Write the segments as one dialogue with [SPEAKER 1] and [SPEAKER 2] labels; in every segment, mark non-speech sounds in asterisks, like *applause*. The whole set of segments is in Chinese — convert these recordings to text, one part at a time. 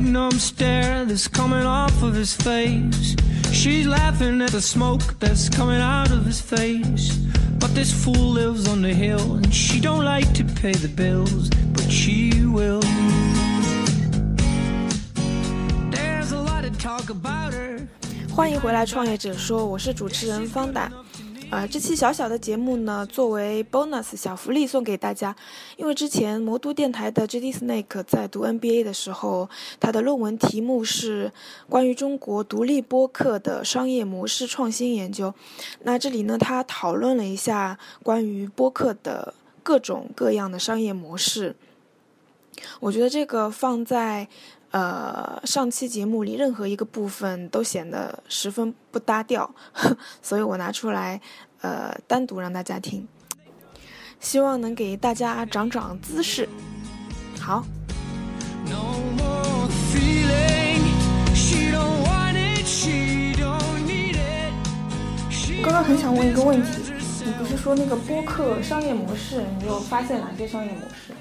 [SPEAKER 1] numb stare that's coming off of his face. She's laughing at the smoke that's coming out of his face. But this fool lives on the hill and she don't like to pay the bills, but she will. There's a lot of talk about her.
[SPEAKER 2] 欢迎回来，创业者说，我是主持人方达。呃，这期小小的节目呢，作为 bonus 小福利送给大家，因为之前魔都电台的 JD Snake 在读 NBA 的时候，他的论文题目是关于中国独立播客的商业模式创新研究。那这里呢，他讨论了一下关于播客的各种各样的商业模式。我觉得这个放在呃，上期节目里任何一个部分都显得十分不搭调， *laughs* 所以我拿出来呃单独让大家听，希望能给大家长长姿势。好，
[SPEAKER 1] No more feeling. She don't want it, she don't need it. She
[SPEAKER 3] 刚刚很想问一个问题，你不是说那个播客商业模式，你有发现哪些商业模式？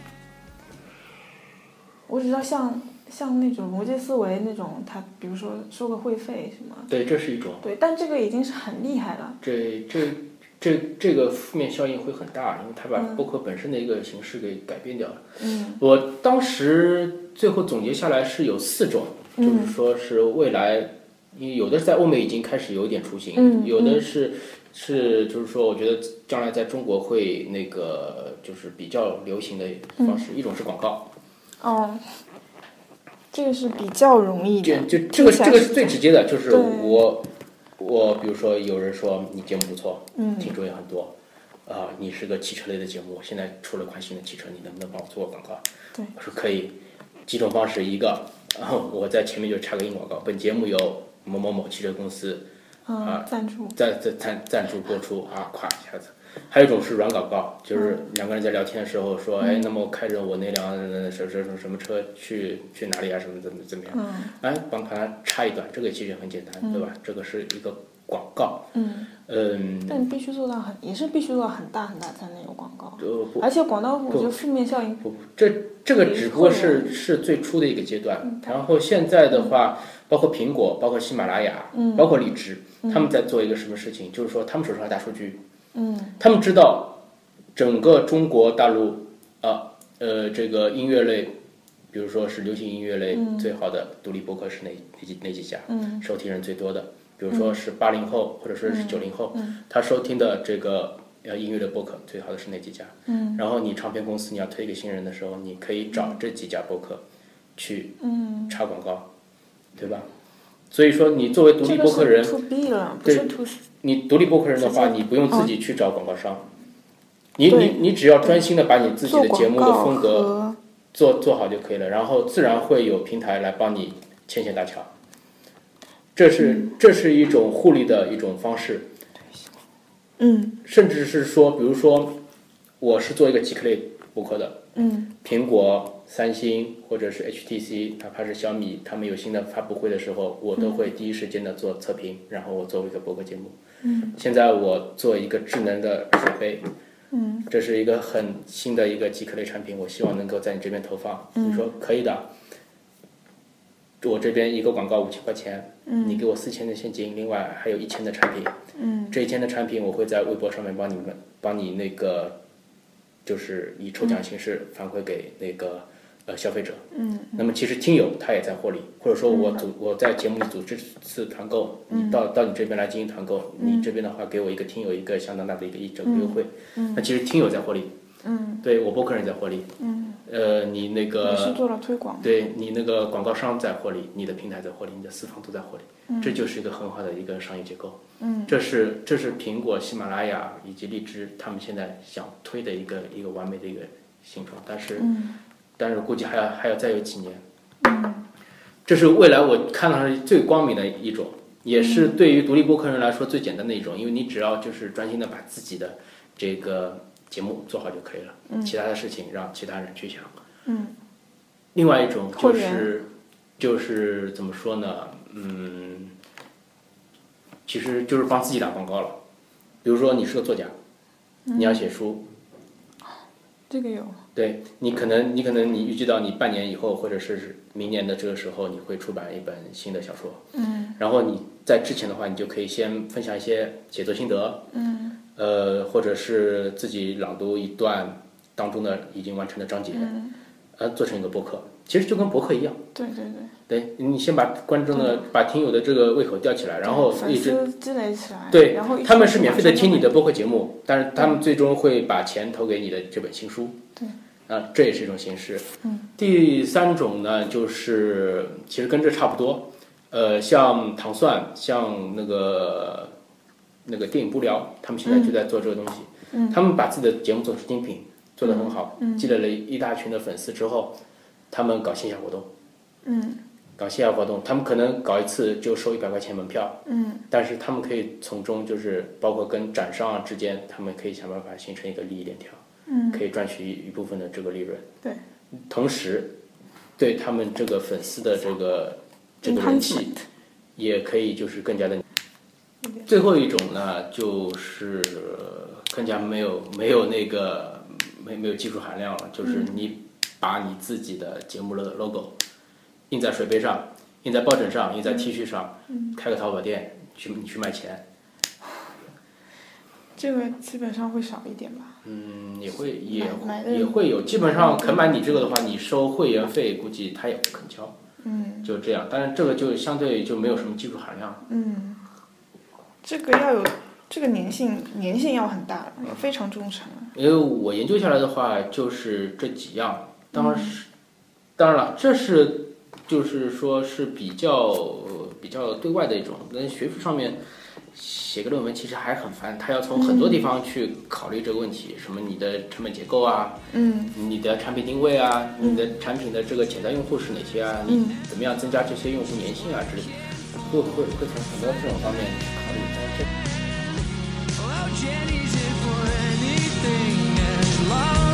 [SPEAKER 3] 我只知道像像那种逻辑思维那种，他比如说收个会费什么，
[SPEAKER 4] 对，这是一种，
[SPEAKER 3] 对，但这个已经是很厉害了。
[SPEAKER 4] 这这这这个负面效应会很大，因为它把
[SPEAKER 3] 嗯
[SPEAKER 4] 播客本身的一个形式给改变掉了。
[SPEAKER 3] 嗯
[SPEAKER 4] 我当时最后总结下来是有四种，就是
[SPEAKER 3] 嗯
[SPEAKER 4] 说是未来，因为有的在欧美已经开始有一点雏形，
[SPEAKER 3] 嗯
[SPEAKER 4] 有的
[SPEAKER 3] 嗯
[SPEAKER 4] 是是就是说，我觉得将来在中国会那个就是比较流行的方
[SPEAKER 3] 嗯
[SPEAKER 4] 式，一种是广告，
[SPEAKER 3] 哦，这个是比较容易
[SPEAKER 4] 就
[SPEAKER 3] 的。
[SPEAKER 4] 就这个
[SPEAKER 3] 听起
[SPEAKER 4] 这
[SPEAKER 3] 来
[SPEAKER 4] 个
[SPEAKER 3] 是
[SPEAKER 4] 是最直接的，就是
[SPEAKER 3] 对
[SPEAKER 4] 我我比如说有人说你节目不错，
[SPEAKER 3] 嗯
[SPEAKER 4] 听众也很多。啊、你是个汽车类的节目，现在出了款新的汽车，你能不能帮我做个广告？
[SPEAKER 3] 对
[SPEAKER 4] 我说可以，几种方式，一个，然后我在前面就插个硬广告，本节目由某某某汽车公司
[SPEAKER 3] 嗯，赞助。
[SPEAKER 4] 赞赞赞赞助播出啊，咵一下子。还有一种是软广告，就是
[SPEAKER 3] 嗯
[SPEAKER 4] 两个人在聊天的时候说，哎，那么开着我那辆呃什么什么什么车去去哪里啊，什么怎么怎么样，
[SPEAKER 3] 嗯
[SPEAKER 4] 哎，帮他插一段，这个其实也很简单，对吧？这个是一个广告，
[SPEAKER 3] 嗯，
[SPEAKER 4] 嗯，
[SPEAKER 3] 但你必须做到很，也是必须做到很大很大才能有广告。
[SPEAKER 4] 呃，不
[SPEAKER 3] 而且广告，我
[SPEAKER 4] 不
[SPEAKER 3] 觉得负面效应
[SPEAKER 4] 不，这这个只不过
[SPEAKER 3] 嗯
[SPEAKER 4] 是是最初的一个阶段，然后现在的话，包括苹果，包括喜马拉雅，
[SPEAKER 3] 嗯
[SPEAKER 4] 包括荔枝，他们在做一个什么事情？就是说，他们手上有大数据，
[SPEAKER 3] 嗯，
[SPEAKER 4] 他们知道整个中国大陆啊，呃，这个音乐类，比如说是流行音乐类最好的独立博客是哪哪几哪几家，
[SPEAKER 3] 嗯
[SPEAKER 4] 收听人最多的，比如说是八零后或者说是九零后
[SPEAKER 3] 嗯，
[SPEAKER 4] 他收听的这个呃音乐的博客最好的是哪几家？
[SPEAKER 3] 嗯
[SPEAKER 4] 然后你唱片公司你要推给新人的时候，你可以找这几家播客去
[SPEAKER 3] 嗯，
[SPEAKER 4] 插广告，对吧？所以说，你作为独
[SPEAKER 3] 这
[SPEAKER 4] 立
[SPEAKER 3] 个
[SPEAKER 4] 播客人，
[SPEAKER 3] 是 to B 了，不是
[SPEAKER 4] 对
[SPEAKER 3] to
[SPEAKER 4] 你独立播客人的话，
[SPEAKER 3] 直接
[SPEAKER 4] 你不用自己去找广告商，你你
[SPEAKER 3] 哦对
[SPEAKER 4] 你只要专心的把你自己
[SPEAKER 3] 做
[SPEAKER 4] 的节
[SPEAKER 3] 广
[SPEAKER 4] 目的
[SPEAKER 3] 告
[SPEAKER 4] 风格
[SPEAKER 3] 和
[SPEAKER 4] 做做好就可以了，然后自然会有平台来帮你牵线搭桥。这是这是一种互利的一种方式，
[SPEAKER 3] 嗯
[SPEAKER 4] 甚至是说，比如说，我是做一个极客类播客的，
[SPEAKER 3] 嗯
[SPEAKER 4] 苹果、三星或者是 HTC，哪怕是小米，他们有新的发布会的时候，我都会第一时间的做测评，然后我作为一个博客节目。
[SPEAKER 3] 嗯
[SPEAKER 4] 现在我做一个智能的水杯，
[SPEAKER 3] 嗯
[SPEAKER 4] 这是一个很新的一个极客类产品，我希望能够在你这边投放。
[SPEAKER 3] 嗯
[SPEAKER 4] 你说可以的，我这边一个广告五千块钱，你
[SPEAKER 3] 嗯
[SPEAKER 4] 给我四千的现金，另外还有一千的产品，
[SPEAKER 3] 嗯
[SPEAKER 4] 这一千的产品我会在微博上面帮你们帮你那个，就是以抽奖形式反馈给那个呃消费者。
[SPEAKER 3] 嗯
[SPEAKER 4] 那么其实听友他也在获利，或者说我组我在节目里组织次团购，
[SPEAKER 3] 嗯
[SPEAKER 4] 你到到你这边来进行团购，你这边的话给我一个听友一个相当大的一个一整个优惠，那其实听友在获利，
[SPEAKER 3] 嗯
[SPEAKER 4] 对我播客人在获利，
[SPEAKER 3] 嗯，
[SPEAKER 4] 呃，你那
[SPEAKER 3] 也是
[SPEAKER 4] 个
[SPEAKER 3] 做了推广。
[SPEAKER 4] 对你那个广告商在获利，你的平台在获利，你的四方都在获利，这就是一个很好的一个商业结构。
[SPEAKER 3] 嗯
[SPEAKER 4] 这是这是苹果、喜马拉雅以及荔枝他们现在想推的一个一个完美的一个形状，但是、
[SPEAKER 3] 嗯
[SPEAKER 4] 但是估计还要还要再有几年。
[SPEAKER 3] 嗯
[SPEAKER 4] 这是未来我看到是最光明的一种，也是对于独立播客人来说最简单的一种，因为你只要就是专心的把自己的这个节目做好就可以了，
[SPEAKER 3] 嗯
[SPEAKER 4] 其他的事情让其他人去想。
[SPEAKER 3] 嗯
[SPEAKER 4] 另外一种就
[SPEAKER 3] 拓
[SPEAKER 4] 是就是怎么说呢，嗯，其实就是帮自己打广告了。比如说你是个作家，你要写书，
[SPEAKER 3] 这个有
[SPEAKER 4] 对你可能你可能你预计到你半年以后或者是明年的这个时候你会出版一本新的小说，嗯，然后你在之前的话，你就可以先分享一些写作心得，嗯，呃，或者是自己朗读一段当中的已经完成的章节，呃，做成一个博客，其实就跟博客一样，
[SPEAKER 3] 对对对，
[SPEAKER 4] 对你先把观众的、把听友的这个胃口吊起来，然后
[SPEAKER 3] 粉
[SPEAKER 4] 一直
[SPEAKER 3] 丝积累起来，
[SPEAKER 4] 对
[SPEAKER 3] 然后一，
[SPEAKER 4] 他们
[SPEAKER 3] 直
[SPEAKER 4] 是免费的
[SPEAKER 3] 往上
[SPEAKER 4] 听你的
[SPEAKER 3] 走，
[SPEAKER 4] 播客节目，但是他们最终会把钱投给你的这本新书。
[SPEAKER 3] 对，
[SPEAKER 4] 啊，这也是一种形式。
[SPEAKER 3] 嗯，
[SPEAKER 4] 第三种呢，就是其实跟这差不多，呃，像糖蒜，像那个那个电影不聊，他们现在就在做这个东西。
[SPEAKER 3] 嗯
[SPEAKER 4] 他们把自己的节目做成精品，做得很好，积累了一大群的粉丝之后，他们搞线下活动，
[SPEAKER 3] 嗯
[SPEAKER 4] 搞线下活动，他们可能搞一次就收一百块钱门票。
[SPEAKER 3] 嗯
[SPEAKER 4] 但是他们可以从中就是包括跟展商啊之间，他们可以想办法形成一个利益链条，
[SPEAKER 3] 嗯，
[SPEAKER 4] 可以赚取一部分的这个利润。
[SPEAKER 3] 对，
[SPEAKER 4] 同时对他们这个粉丝的这个这个人气
[SPEAKER 3] Enhancement，
[SPEAKER 4] 也可以就是更加的。最后一种呢，就是更加没有没有那个没没有技术含量了，就是你把你自己的节目的 logo 印在水杯上，印在抱枕上，印在
[SPEAKER 3] 嗯
[SPEAKER 4] T 恤上，开个淘宝店去你去卖钱。
[SPEAKER 3] 这个基本上会少一点吧，
[SPEAKER 4] 嗯，也会也
[SPEAKER 3] 买买嗯
[SPEAKER 4] 会
[SPEAKER 3] 的
[SPEAKER 4] 也会有，基本上肯买你这个的话，你收会员费，估计他也不肯交，
[SPEAKER 3] 嗯
[SPEAKER 4] 就这样。但是这个就相对就没有什么技术含量，
[SPEAKER 3] 嗯，这个要有这个粘性，粘性要很大了，非常忠诚了，
[SPEAKER 4] 因为我研究下来的话，就是这几样。当时，当然了，这是就是说是比较比较对外的一种，但学术上面写个论文其实还很烦，他要从很多地方去考虑这个问题，什么你的成本结构啊，
[SPEAKER 3] 嗯
[SPEAKER 4] 你的产品定位啊，你的产品的这个潜在用户是哪些啊？你
[SPEAKER 3] 嗯
[SPEAKER 4] 怎么样增加这些用户粘性啊之类的，会会会从很多这种方面去考虑。但是这
[SPEAKER 1] Oh, Jenny's in for anything as long